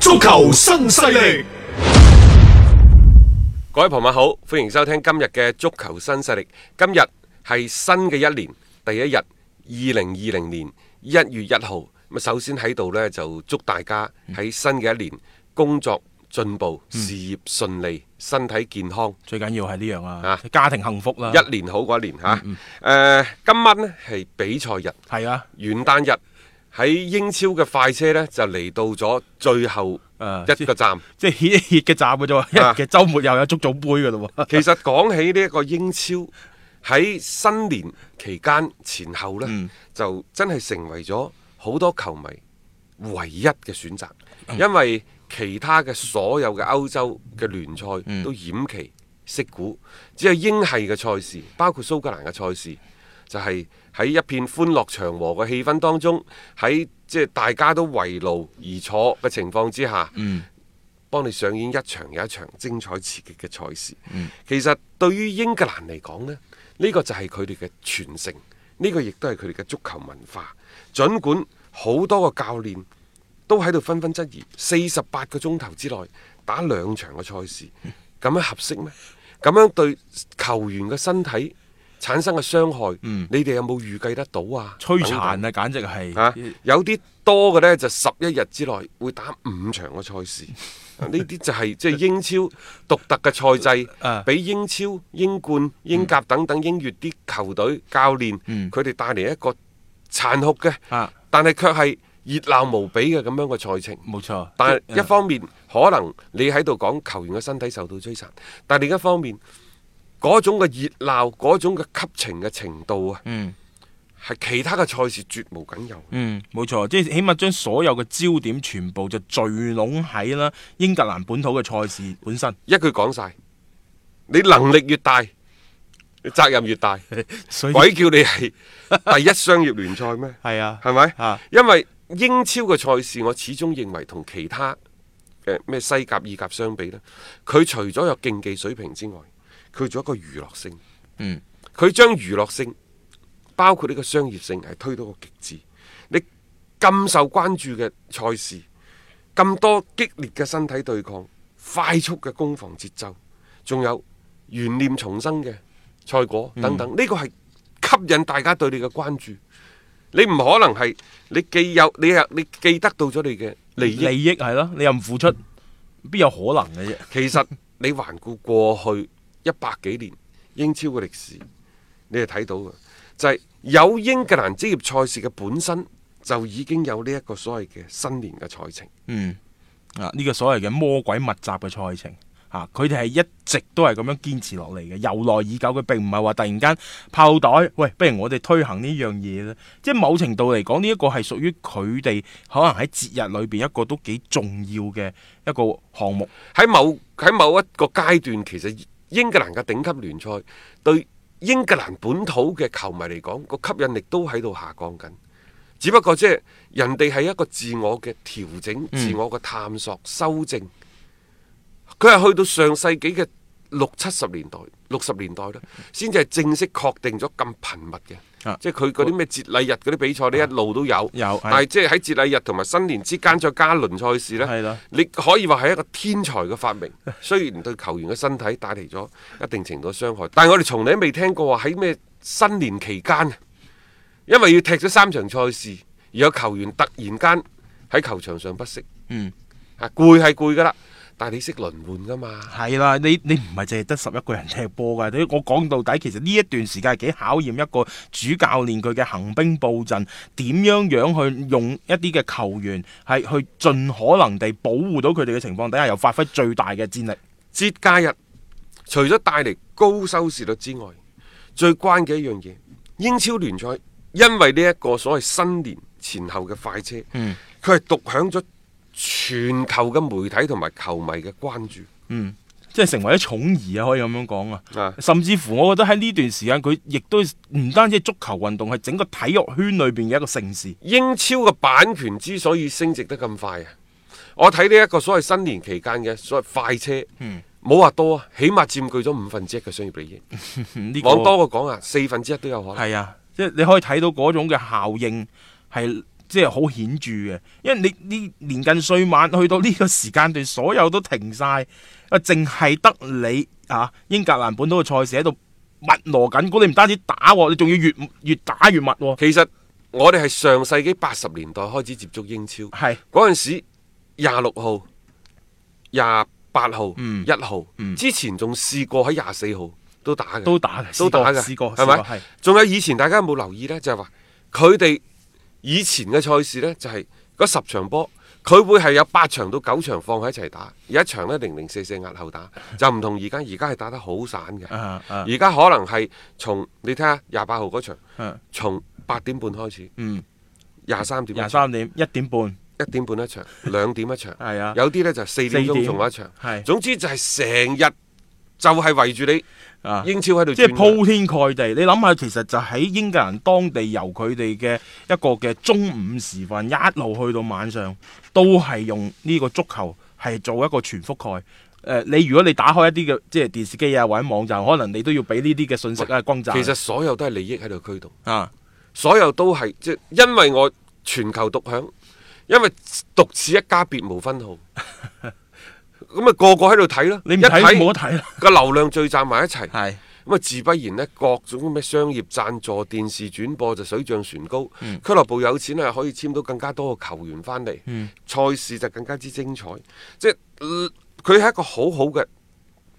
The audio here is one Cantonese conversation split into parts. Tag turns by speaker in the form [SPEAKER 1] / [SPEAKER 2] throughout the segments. [SPEAKER 1] 足球新勢力。
[SPEAKER 2] 各位朋友好，歡迎收聽今日嘅足球新勢力。今日係新嘅一年第一日，二零二零年一月一號。咁啊首先喺度呢，就祝大家
[SPEAKER 3] 嗯
[SPEAKER 2] 喺新嘅一年工作進步、事業順利、身體健康，
[SPEAKER 3] 最緊要係呢樣啊
[SPEAKER 2] 啊，
[SPEAKER 3] 家庭幸福啦，
[SPEAKER 2] 一年好過一年吓。誒、
[SPEAKER 3] 嗯
[SPEAKER 2] 今晚呢係比賽日，
[SPEAKER 3] 係啊，
[SPEAKER 2] 元旦日喺英超嘅快車呢，就嚟到咗最後
[SPEAKER 3] 啊
[SPEAKER 2] 一個站。
[SPEAKER 3] 即係歇一歇嘅站嘅啫喎，因為
[SPEAKER 2] 啊
[SPEAKER 3] 其實週末又有足總杯嘅咯喎，
[SPEAKER 2] 其實講起呢一個英超喺新年期間前後呢，就真係成為咗好多球迷唯一嘅選擇，因為其他嘅所有嘅歐洲嘅聯賽都掩旗息鼓，只有英系嘅賽事，包括蘇格蘭嘅賽事，就係、喺一片歡樂祥和嘅氣氛當中，喺即係大家都圍爐而坐嘅情況之下，幫你上演一場又一場精彩刺激嘅賽事。其實對於英格蘭嚟講呢，呢、個就係佢哋嘅傳承，呢、個亦都係佢哋嘅足球文化。儘管好多個教練都喺度紛紛質疑，四十八個鐘頭之內打兩場嘅賽事，咁樣合適咩？咁樣對球員嘅身體產生嘅傷害，你哋有冇預計得到啊？
[SPEAKER 3] 摧
[SPEAKER 2] 等
[SPEAKER 3] 殘
[SPEAKER 2] 等
[SPEAKER 3] 啊，簡直
[SPEAKER 2] 啊
[SPEAKER 3] 係，
[SPEAKER 2] 有啲多嘅呢，就十一日之內會打五場嘅 賽事，啊呢啲就係即係英超獨特嘅賽制
[SPEAKER 3] 啊，嗯
[SPEAKER 2] 俾英超、英冠、英甲等等英乙啲球隊教練佢哋帶嚟一個殘酷嘅
[SPEAKER 3] 啊，
[SPEAKER 2] 但係卻係熱鬧無比嘅咁樣嘅賽程。
[SPEAKER 3] 冇錯，
[SPEAKER 2] 但係一
[SPEAKER 3] 啊
[SPEAKER 2] 方面可能你喺度講球員嘅身體受到摧殘，但係另一方面嗰種嘅熱鬧、嗰種嘅吸情嘅程度啊，
[SPEAKER 3] 嗯
[SPEAKER 2] 係其他嘅賽事絕無僅有。
[SPEAKER 3] 嗯，冇錯，即係起碼將所有嘅焦點全部就聚攏喺啦英格蘭本土嘅賽事本身，
[SPEAKER 2] 一句講晒，你能力越大，你責任 越大。
[SPEAKER 3] 所以
[SPEAKER 2] 鬼叫你係 第一商業聯賽咩？
[SPEAKER 3] 係啊，
[SPEAKER 2] 係咪？
[SPEAKER 3] 啊
[SPEAKER 2] 因為英超嘅賽事，我始終認為同其他嘅咩西甲、意甲相比呢，佢除咗有競技水平之外，佢仲有一個娛樂性。
[SPEAKER 3] 嗯，
[SPEAKER 2] 佢將娛樂性包括呢個商業性係推到個極致。你咁受關注嘅賽事，咁多激烈嘅身體對抗、快速嘅攻防節奏，仲有懸念重生嘅賽果等等，呢個係吸引大家對你嘅關注。你唔可能係你既有你有你既得到咗你嘅利益，
[SPEAKER 3] 利益係咯，你又唔付出，邊有可能嘅啫？
[SPEAKER 2] 其實你環顧過去一百幾年英超嘅歷史，你係睇到嘅，就係、有英格蘭職業賽事嘅本身就已經有呢一個所謂嘅新年嘅賽程。
[SPEAKER 3] 嗯，啊呢、個所謂嘅魔鬼密集嘅賽程。啊！佢哋係一直都係咁樣堅持落嚟嘅，由來已久。佢並唔係話突然間炮袋，喂，不如我哋推行呢樣嘢咧。即係某程度嚟講，呢、一個係屬於佢哋可能喺節日裏邊一個都幾重要嘅一個項目。
[SPEAKER 2] 喺某喺某一個階段，其實英格蘭嘅頂級聯賽對英格蘭本土嘅球迷嚟講，個吸引力都喺度下降緊。只不過即係人哋係一個自我嘅調整、
[SPEAKER 3] 嗯
[SPEAKER 2] 自我嘅探索、修正。佢係去到上世紀嘅六七十年代、六十年代啦，先至係正式確定咗咁頻密嘅。
[SPEAKER 3] 啊
[SPEAKER 2] 即係佢嗰啲咩節禮日嗰啲比賽呢，一路都有，
[SPEAKER 3] 有係
[SPEAKER 2] 但係即係喺節禮日同埋新年之間再加輪賽事呢，
[SPEAKER 3] 係啦
[SPEAKER 2] 你可以話係一個天才 嘅發明，雖然對球員嘅身體帶嚟咗一定程度嘅傷害，但係我哋從嚟都未聽過話喺咩新年期間，啊因為要踢咗三場賽事，而有球員突然間喺球場上不適，嗯，啊攰係攰噶啦，但係你識輪換噶嘛？
[SPEAKER 3] 係啦，你你唔係淨係得十一個人踢波㗎。你我講到底，其實呢一段時間係幾考驗一個主教練佢嘅行兵布陣，點樣樣去用一啲嘅球員係去盡可能地保護到佢哋嘅情況底下，又發揮最大嘅戰力。
[SPEAKER 2] 節假日除咗帶嚟高收視率之外，最關嘅一樣嘢，英超聯賽因為呢一個所謂新年前後嘅快車，
[SPEAKER 3] 嗯
[SPEAKER 2] 佢係獨享咗全球嘅媒體同埋球迷嘅關注。
[SPEAKER 3] 嗯，即係成為咗寵兒啊，可以咁樣講啊。
[SPEAKER 2] 啊
[SPEAKER 3] 甚至乎，我覺得喺呢段時間，佢亦都唔單止係足球運動，係整個體育圈裏邊嘅一個盛事。
[SPEAKER 2] 英超嘅版權之所以升值得咁快啊，我睇呢一個所謂新年期間嘅所謂快車，
[SPEAKER 3] 嗯
[SPEAKER 2] 冇話、多啊，起碼佔據咗五分之一嘅商業 利益。
[SPEAKER 3] 嗯呢個
[SPEAKER 2] 往多個講啊，四分之一都有可能。
[SPEAKER 3] 係啊，即係你可以睇到嗰種嘅效應係即係好顯著嘅，因為你呢年近歲晚去到呢個時間段，所有都停晒，啊，淨係得你啊英格蘭本土嘅賽事喺度密羅緊，嗰你唔單止打喎，你仲要越越打越密喎，
[SPEAKER 2] 其實我哋係上世紀八十年代開始接觸英超，
[SPEAKER 3] 係
[SPEAKER 2] 嗰陣時廿六號、廿八號、
[SPEAKER 3] 嗯
[SPEAKER 2] 一號，
[SPEAKER 3] 嗯
[SPEAKER 2] 之前仲試過喺廿四號都打嘅，
[SPEAKER 3] 都打嘅，
[SPEAKER 2] 都打嘅，
[SPEAKER 3] 試過，試過
[SPEAKER 2] 係
[SPEAKER 3] 試過係
[SPEAKER 2] 咪？仲有以前大家有冇留意呢？就係話佢哋以前嘅賽事呢，就係、嗰十場波。佢會係有八場到九場放喺一齊打，有一場呢零零四四押後打，就唔同而家，而家係打得好散嘅。
[SPEAKER 3] 啊啊
[SPEAKER 2] 而家可能係從你睇下廿八號嗰場，
[SPEAKER 3] 啊
[SPEAKER 2] 從八點半開始，
[SPEAKER 3] 嗯
[SPEAKER 2] 廿三點一
[SPEAKER 3] 廿
[SPEAKER 2] 場
[SPEAKER 3] 三點一點半
[SPEAKER 2] 一點半一 場，兩點一場，
[SPEAKER 3] 係啊，
[SPEAKER 2] 有啲呢就四點
[SPEAKER 3] 四
[SPEAKER 2] 鐘
[SPEAKER 3] 點
[SPEAKER 2] 仲有一場，
[SPEAKER 3] 係
[SPEAKER 2] 總之就係成日就係圍住你
[SPEAKER 3] 啊。
[SPEAKER 2] 英超喺度轉㗎，
[SPEAKER 3] 即係鋪天蓋地。你諗下，其實就喺英格蘭當地，由佢哋嘅一個嘅中午時分一路去到晚上，都係用呢個足球係做一個全覆蓋。誒、你如果你打開一啲嘅即係電視機啊或者網站，可能你都要俾呢啲嘅信息啊轟炸。
[SPEAKER 2] 其實所有都係利益喺度驅動，
[SPEAKER 3] 啊，
[SPEAKER 2] 所有都係即係因為我全球獨享，因為獨此一家別無 分號，咁啊個個喺度睇啦，
[SPEAKER 3] 你唔
[SPEAKER 2] 一
[SPEAKER 3] 睇都冇得睇啦。
[SPEAKER 2] 個流量聚集埋一齊。
[SPEAKER 3] 係
[SPEAKER 2] 咁啊，自不然呢，各種咩商業贊助、電視轉播就水漲船高。
[SPEAKER 3] 嗯
[SPEAKER 2] 俱樂部有錢啊，可以簽到更加多嘅球員翻嚟，
[SPEAKER 3] 嗯
[SPEAKER 2] 賽事就更加之精彩。即係呃佢係一個好好嘅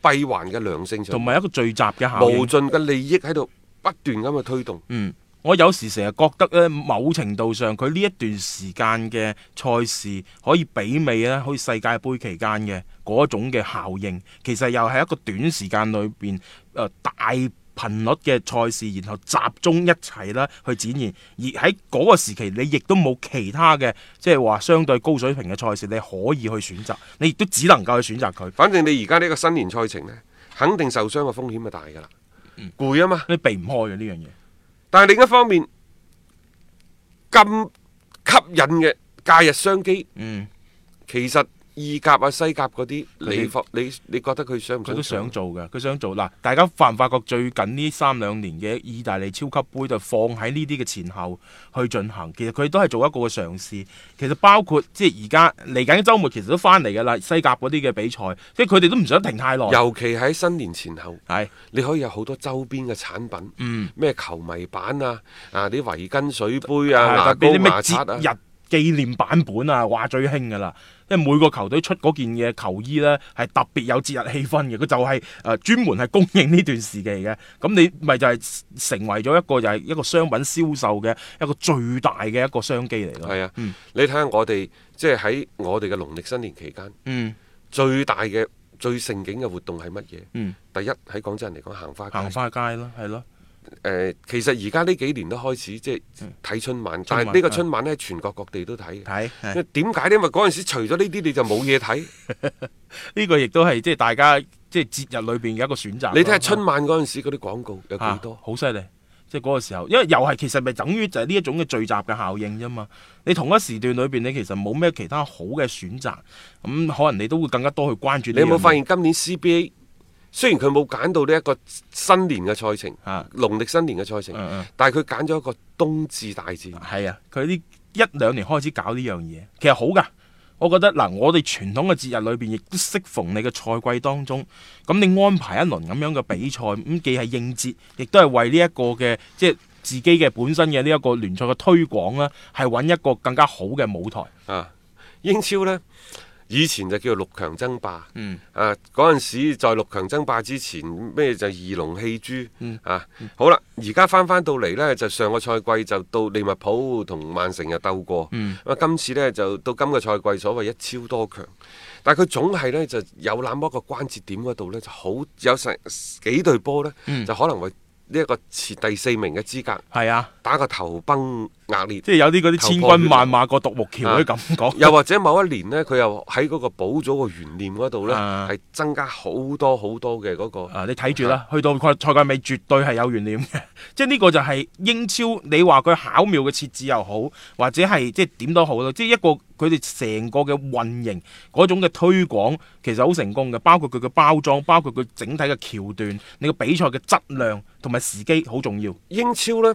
[SPEAKER 2] 閉環嘅良性循
[SPEAKER 3] 同
[SPEAKER 2] 環，
[SPEAKER 3] 埋一個聚集嘅效
[SPEAKER 2] 無
[SPEAKER 3] 應。
[SPEAKER 2] 盡嘅利益喺度不斷咁去推動。
[SPEAKER 3] 嗯，我有時成日覺得咧，某程度上佢呢一段時間嘅賽事可以媲美咧，好似世界盃期間嘅嗰種嘅效應，其實又係一個短時間裏邊誒大頻率嘅賽事，然後集中一齊啦去展現，而喺嗰個時期，你亦都冇其他嘅即係話相對高水平嘅賽事，你可以去選擇，你亦都只能夠去選擇佢。
[SPEAKER 2] 反正你而家呢個新年賽程呢，肯定受傷嘅風險就大㗎啦，
[SPEAKER 3] 嗯
[SPEAKER 2] 攰啊嘛。
[SPEAKER 3] 你避唔開嘅呢樣嘢，
[SPEAKER 2] 但係另一方面，咁吸引嘅假日商機。
[SPEAKER 3] 嗯，
[SPEAKER 2] 其實意甲啊、西甲嗰啲，
[SPEAKER 3] 佢哋
[SPEAKER 2] 你發你你覺得佢想唔
[SPEAKER 3] 佢都想
[SPEAKER 2] 想做？
[SPEAKER 3] 做嘅，佢想做嗱。大家發唔發覺最近呢三兩年嘅意大利超級杯就放喺呢啲嘅前後去進行，其實佢都係做一個嘅嘗試。其實包括即係而家嚟緊嘅週末，其實都翻嚟㗎啦，西甲嗰啲嘅比賽，即係佢哋都唔想停太耐。
[SPEAKER 2] 尤其喺新年前後，
[SPEAKER 3] 係
[SPEAKER 2] 你可以有好多周邊嘅產品，
[SPEAKER 3] 嗯，
[SPEAKER 2] 咩球迷版啊、啊啲圍巾、水杯啊、
[SPEAKER 3] 係
[SPEAKER 2] 牙
[SPEAKER 3] 特
[SPEAKER 2] 膏
[SPEAKER 3] 別啲、咩
[SPEAKER 2] 牙刷啊，
[SPEAKER 3] 節日紀念版本啊，話最興㗎啦。因為每個球隊出嗰件嘅球衣呢，係特別有節日氣氛嘅，佢就係、誒、呃專門係供應呢段時期嘅。咁你咪就係成為咗一個就係一個商品銷售嘅一個最大嘅一個商機嚟咯。
[SPEAKER 2] 係啊，
[SPEAKER 3] 嗯
[SPEAKER 2] 你睇下我哋即係喺我哋嘅農曆新年期間，
[SPEAKER 3] 嗯，
[SPEAKER 2] 最大嘅最盛景嘅活動係乜嘢？
[SPEAKER 3] 嗯
[SPEAKER 2] 第一喺廣州人嚟講，行花街。
[SPEAKER 3] 行花街啦，係咯，
[SPEAKER 2] 誒、呃其實而家呢幾年都開始即係睇春晚，但
[SPEAKER 3] 嗯晚
[SPEAKER 2] 係呢個
[SPEAKER 3] 嗯
[SPEAKER 2] 春晚呢，全國各地都睇嘅。
[SPEAKER 3] 睇係
[SPEAKER 2] 點解呢？因為嗰陣時除咗呢啲你就冇嘢 睇。
[SPEAKER 3] 呢個亦都係即係大家即係節日裏邊嘅一個選擇咯。
[SPEAKER 2] 你睇下春晚嗰陣時嗰啲廣告有
[SPEAKER 3] 啊
[SPEAKER 2] 幾多？
[SPEAKER 3] 好犀利！即係嗰個時候，因為又係其實咪等於就係呢一種嘅聚集嘅效應啫嘛。你同一時段裏邊，你其實冇咩其他好嘅選擇，咁、可能你都會更加多去關注呢
[SPEAKER 2] 你
[SPEAKER 3] 樣嘢。
[SPEAKER 2] 有冇發現今年 CBA 雖然佢冇揀到呢一個新年嘅賽程，
[SPEAKER 3] 啊
[SPEAKER 2] 農曆新年嘅賽程，
[SPEAKER 3] 嗯嗯
[SPEAKER 2] 但係佢揀咗一個冬至大戰。
[SPEAKER 3] 係啊，佢呢一兩年開始搞呢樣嘢，其實好噶。我覺得嗱，我哋傳統嘅節日裏邊，亦都適逢你嘅賽季當中，咁你安排一輪咁樣嘅比賽，咁既係應節，亦都係為呢一個嘅即係自己嘅本身嘅呢一啊個聯賽嘅推廣啦，係揾一個更加好嘅舞台。
[SPEAKER 2] 啊，英超呢，誒、以前就叫做六強爭霸，
[SPEAKER 3] 嗯
[SPEAKER 2] 啊嗰陣時在六強爭霸之前咩就二龍戲珠，啊好啦，而家翻翻到嚟呢，就上個賽季就到利物浦同曼城又鬥過，咁、啊今次呢，就到今個賽季所謂一超多強，但係佢總係呢，就有那麼一個關節點嗰度呢，就好有成幾隊波呢，就可能為呢一個前第四名嘅資格
[SPEAKER 3] 係啊，
[SPEAKER 2] 打個頭崩額裂。
[SPEAKER 3] 即係有啲嗰啲
[SPEAKER 2] 頭
[SPEAKER 3] 千
[SPEAKER 2] 破血
[SPEAKER 3] 軍
[SPEAKER 2] 流啊
[SPEAKER 3] 萬馬過獨木橋嗰啲感覺。
[SPEAKER 2] 又或者某一年呢，佢又喺嗰個補咗個懸念嗰度呢，
[SPEAKER 3] 啊
[SPEAKER 2] 係增加好多好多嘅嗰、個。
[SPEAKER 3] 啊！你睇住啦，去到賽賽季尾絕對係有懸念嘅， 即係呢個就係英超你話佢巧妙嘅設置又好，或者係即係點都好啦，即係一個佢哋成個嘅運營嗰種嘅推廣其實好成功嘅，包括佢嘅包裝，包括佢整體嘅橋段，你個比賽嘅質量同埋時機好重要。
[SPEAKER 2] 英超呢，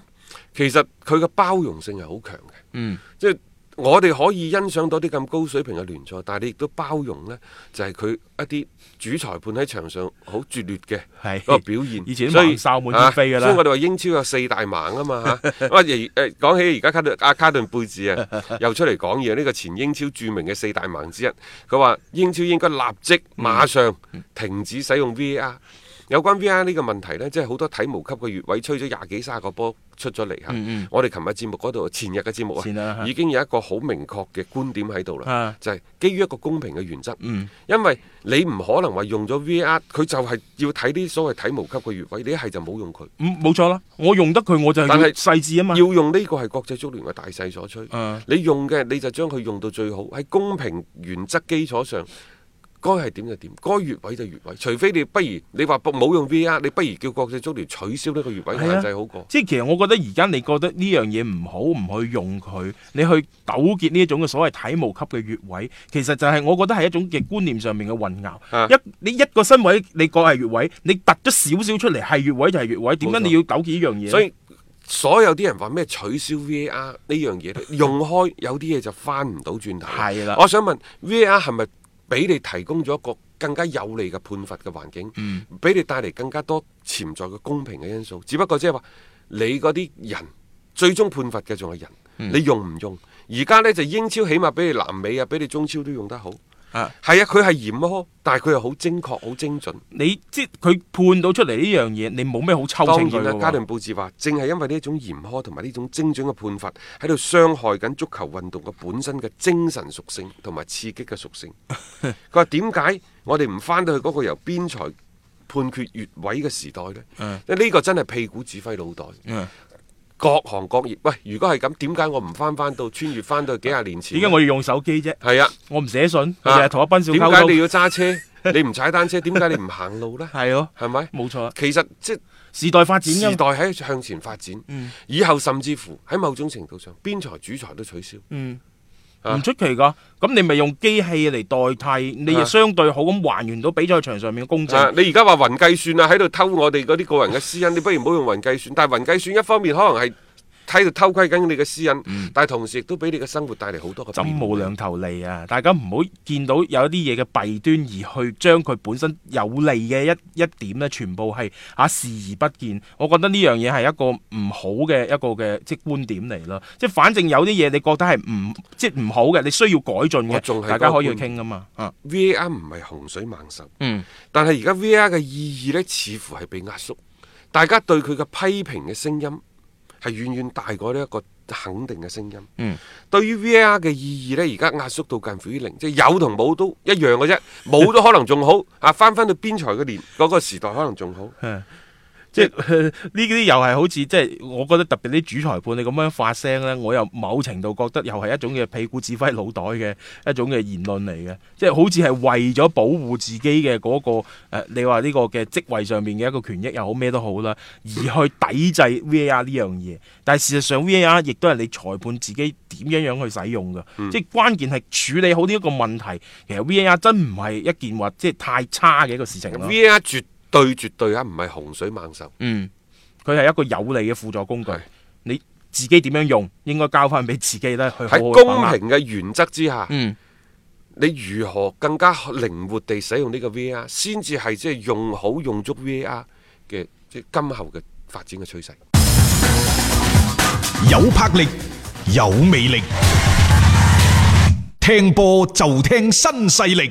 [SPEAKER 2] 其實佢嘅包容性係好強嘅，
[SPEAKER 3] 嗯，
[SPEAKER 2] 即係我哋可以欣賞到啲咁高水平嘅聯賽，但係你亦都包容呢，就係、佢一啲主裁判喺場上好拙劣嘅
[SPEAKER 3] 係
[SPEAKER 2] 嗰個表現。
[SPEAKER 3] 以前啲
[SPEAKER 2] 所以
[SPEAKER 3] 盲哨滿天
[SPEAKER 2] 啊
[SPEAKER 3] 飛㗎啦
[SPEAKER 2] 所以我哋話英超有四大盲啊嘛嚇。 咁啊而誒講起而家卡頓阿卡頓貝治啊，又出嚟講嘢，呢、個前英超著名嘅四大盲之一，佢話英超應該立即馬上停止使用 VAR。有關 VR 呢個問題呢，即係好多體毛級嘅越位吹咗廿幾卅個波出咗嚟嚇。我哋琴日節目嗰度，前日嘅節目
[SPEAKER 3] 嗯前日啊
[SPEAKER 2] 啊，已經有一個好明確嘅觀點喺度啦
[SPEAKER 3] 啊，嗯
[SPEAKER 2] 就係基於一個公平嘅原則。因為你唔可能話用咗 VR，佢就係要睇啲所謂體毛級嘅越位，你一係就冇用佢，
[SPEAKER 3] 咁嗯冇錯啦，我用得佢我就係
[SPEAKER 2] 但
[SPEAKER 3] 要
[SPEAKER 2] 係
[SPEAKER 3] 細緻啊嘛
[SPEAKER 2] 要。用呢個係國際足聯嘅大勢所趨。
[SPEAKER 3] 啊
[SPEAKER 2] 你用嘅你就將佢用到最好，喺公平原則基礎上。該係點就點，該越位就越位，除非你不如你話不冇用 VR，你不如叫國際足聯取消呢個越位
[SPEAKER 3] 係啊
[SPEAKER 2] 限制好過。
[SPEAKER 3] 即係其實我覺得而家你覺得呢樣嘢唔好，唔去用佢，你去糾結呢一種嘅所謂體毛級嘅越位，其實就係我覺得係一種嘅觀念上面嘅混淆。
[SPEAKER 2] 啊
[SPEAKER 3] 一你一個身位你覺係越位，你突咗少少出嚟係越位就係越位，點解
[SPEAKER 2] 冇錯
[SPEAKER 3] 你要糾結呢樣嘢呢？
[SPEAKER 2] 所以所有啲人話咩取消 VAR 呢樣 嘢咧，用開有啲嘢就翻唔到轉頭。
[SPEAKER 3] 係啦
[SPEAKER 2] 我想問 VAR 係咪俾你提供咗一個更加有利嘅判罰嘅環境，
[SPEAKER 3] 嗯
[SPEAKER 2] 俾、你帶嚟更加多潛在嘅公平嘅因素？只不過即係話你嗰啲人最終判罰嘅仲係人，
[SPEAKER 3] 嗯
[SPEAKER 2] 你用唔用？而家呢，就英超起碼比你南美啊，比你中超都用得好。
[SPEAKER 3] 啊
[SPEAKER 2] 係啊，佢係嚴苛，但係佢又好精確、好精準。
[SPEAKER 3] 你即係佢判到出嚟呢樣嘢，你冇咩好抽
[SPEAKER 2] 當
[SPEAKER 3] 情啊佢
[SPEAKER 2] 然
[SPEAKER 3] 嘅
[SPEAKER 2] 啦，家
[SPEAKER 3] 喎
[SPEAKER 2] 庭報紙話，正係因為呢一種嚴苛同埋呢種精準嘅判罰，喺度傷害緊足球運動嘅本身嘅精神屬性同埋刺激嘅屬 性。佢話點解我哋唔翻到去嗰個由邊裁判決越位嘅時代呢？呢、個真係屁股指揮腦袋。
[SPEAKER 3] 嗯
[SPEAKER 2] 各行各業，喂，如果係咁，點解我唔翻翻到穿越翻到幾廿年前
[SPEAKER 3] 點解
[SPEAKER 2] 呢？
[SPEAKER 3] 我要用手機啫？
[SPEAKER 2] 係啊，
[SPEAKER 3] 我唔寫信，我
[SPEAKER 2] 啊
[SPEAKER 3] 淨係同阿斌少
[SPEAKER 2] 點
[SPEAKER 3] 溝
[SPEAKER 2] 解你
[SPEAKER 3] 通。
[SPEAKER 2] 要揸車？你唔踩單車，點解你唔行路呢？
[SPEAKER 3] 係咯，
[SPEAKER 2] 係咪？
[SPEAKER 3] 冇錯啦，啊
[SPEAKER 2] 其實即
[SPEAKER 3] 時代發展㗎
[SPEAKER 2] 時
[SPEAKER 3] 嘛
[SPEAKER 2] 代喺向前發展，
[SPEAKER 3] 嗯
[SPEAKER 2] 以後甚至乎喺某種程度上，邊裁主裁都取消。啊
[SPEAKER 3] 唔出奇噶，咁你咪用機器嚟代替，你
[SPEAKER 2] 啊
[SPEAKER 3] 又相對好咁還原到比賽場上面嘅公
[SPEAKER 2] 啊
[SPEAKER 3] 正。
[SPEAKER 2] 你而家話雲計算啊，喺度偷我哋嗰啲個人嘅私隱，你不如唔好用雲計算。但係雲計算一方面可能係喺度偷窺緊你嘅私隱，但係同時亦都俾你嘅生活帶嚟好多嘅
[SPEAKER 3] 針嗯
[SPEAKER 2] 變
[SPEAKER 3] 冇
[SPEAKER 2] 化
[SPEAKER 3] 兩頭利啊！大家唔好見到有一啲嘢嘅弊端，而去將佢本身有利嘅一一點呢，全部係啊視而不見。我覺得呢樣嘢係一個唔好嘅一個嘅即係觀點嚟咯。即係反正有啲嘢你覺得係唔即係唔好嘅，你需要改進
[SPEAKER 2] 我仲係
[SPEAKER 3] 嘅，大家
[SPEAKER 2] 嗰個
[SPEAKER 3] 可以
[SPEAKER 2] 觀
[SPEAKER 3] 傾噶嘛。啊，
[SPEAKER 2] VAR 唔係洪水猛獸，
[SPEAKER 3] 嗯
[SPEAKER 2] 但係而家 VAR 嘅意義呢，似乎係被壓縮，大家對佢嘅批評嘅聲音係遠遠大過呢一個肯定嘅聲音。
[SPEAKER 3] 嗯，
[SPEAKER 2] 對於 VAR 嘅意義呢，而家壓縮到近乎於零，即係有同冇都一樣嘅啫，冇都可能仲好 啊！翻翻到邊裁嘅年嗰、個時代可能仲好。
[SPEAKER 3] 即係 呢啲又係好似即係，我覺得特別啲主裁判你咁樣發聲呢，我又某程度覺得又係一種嘅屁股指揮腦袋嘅一種嘅言論嚟嘅，即係好似係為咗保護自己嘅嗰、個、呃、你話呢個嘅職位上面嘅一個權益又好咩都好啦，而去抵制 VAR 呢樣嘢。但係事實上 VAR 亦都係你裁判自己點樣樣去使用嘅，即係關鍵係處理好呢一個問題。其實 VAR 真唔係一件話即係太差嘅一個事情咯。
[SPEAKER 2] VAR 絕對絕對啊，唔係洪水猛獸。
[SPEAKER 3] 嗯，佢係一個有利嘅輔助工具
[SPEAKER 2] 係，
[SPEAKER 3] 你自己點樣用，應該交翻俾自己咧去好好
[SPEAKER 2] 喺
[SPEAKER 3] 去把
[SPEAKER 2] 公
[SPEAKER 3] 握。
[SPEAKER 2] 平嘅原則之下，
[SPEAKER 3] 嗯
[SPEAKER 2] 你如何更加靈活地使用呢個 VAR，先至係即係用好用足 VAR 嘅即係今後嘅發展嘅趨勢。
[SPEAKER 1] 有魄力，有魅力。踢聽波就聽新勢力。